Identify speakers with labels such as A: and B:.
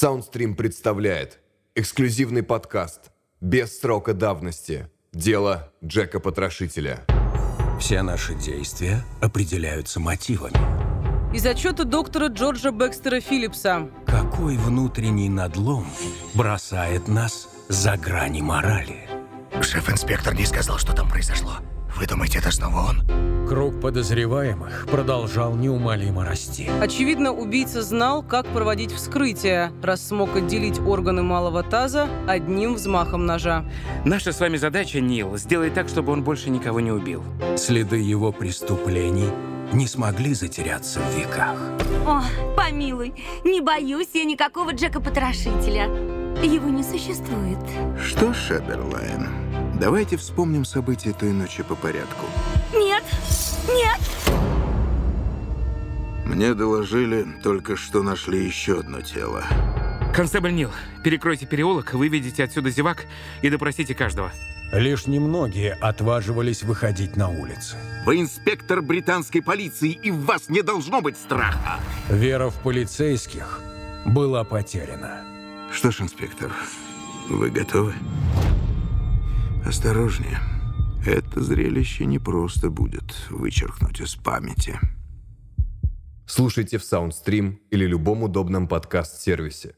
A: Саундстрим представляет эксклюзивный подкаст без срока давности. Дело Джека Потрошителя.
B: Все наши действия определяются мотивами.
C: Из отчета доктора Джорджа Бекстера Филлипса.
B: Какой внутренний надлом бросает нас за грани морали?
D: Шеф-инспектор не сказал, что там произошло. Вы думаете, это снова он?
E: Круг подозреваемых продолжал неумолимо расти.
C: Очевидно, убийца знал, как проводить вскрытие, раз смог отделить органы малого таза одним взмахом ножа.
F: Наша с вами задача, Нил, сделай так, чтобы он больше никого не убил.
B: Следы его преступлений не смогли затеряться в веках.
G: О, помилуй, не боюсь я никакого Джека-потрошителя. Его не существует.
H: Что ж, Шаберлайн, давайте вспомним события той ночи по порядку.
G: Нет, нет,
H: Мне доложили только, что нашли еще одно тело.
F: Констебль Нил, перекройте переулок, выведите отсюда зевак и допросите каждого.
E: Лишь немногие отваживались выходить на улицы.
D: Вы инспектор британской полиции, и в вас не должно быть страха.
E: Вера в полицейских была потеряна.
H: Что ж, инспектор, вы готовы? Осторожнее. Это зрелище не просто будет вычеркнуть из памяти.
A: Слушайте в Саундстрим или любом удобном подкаст-сервисе.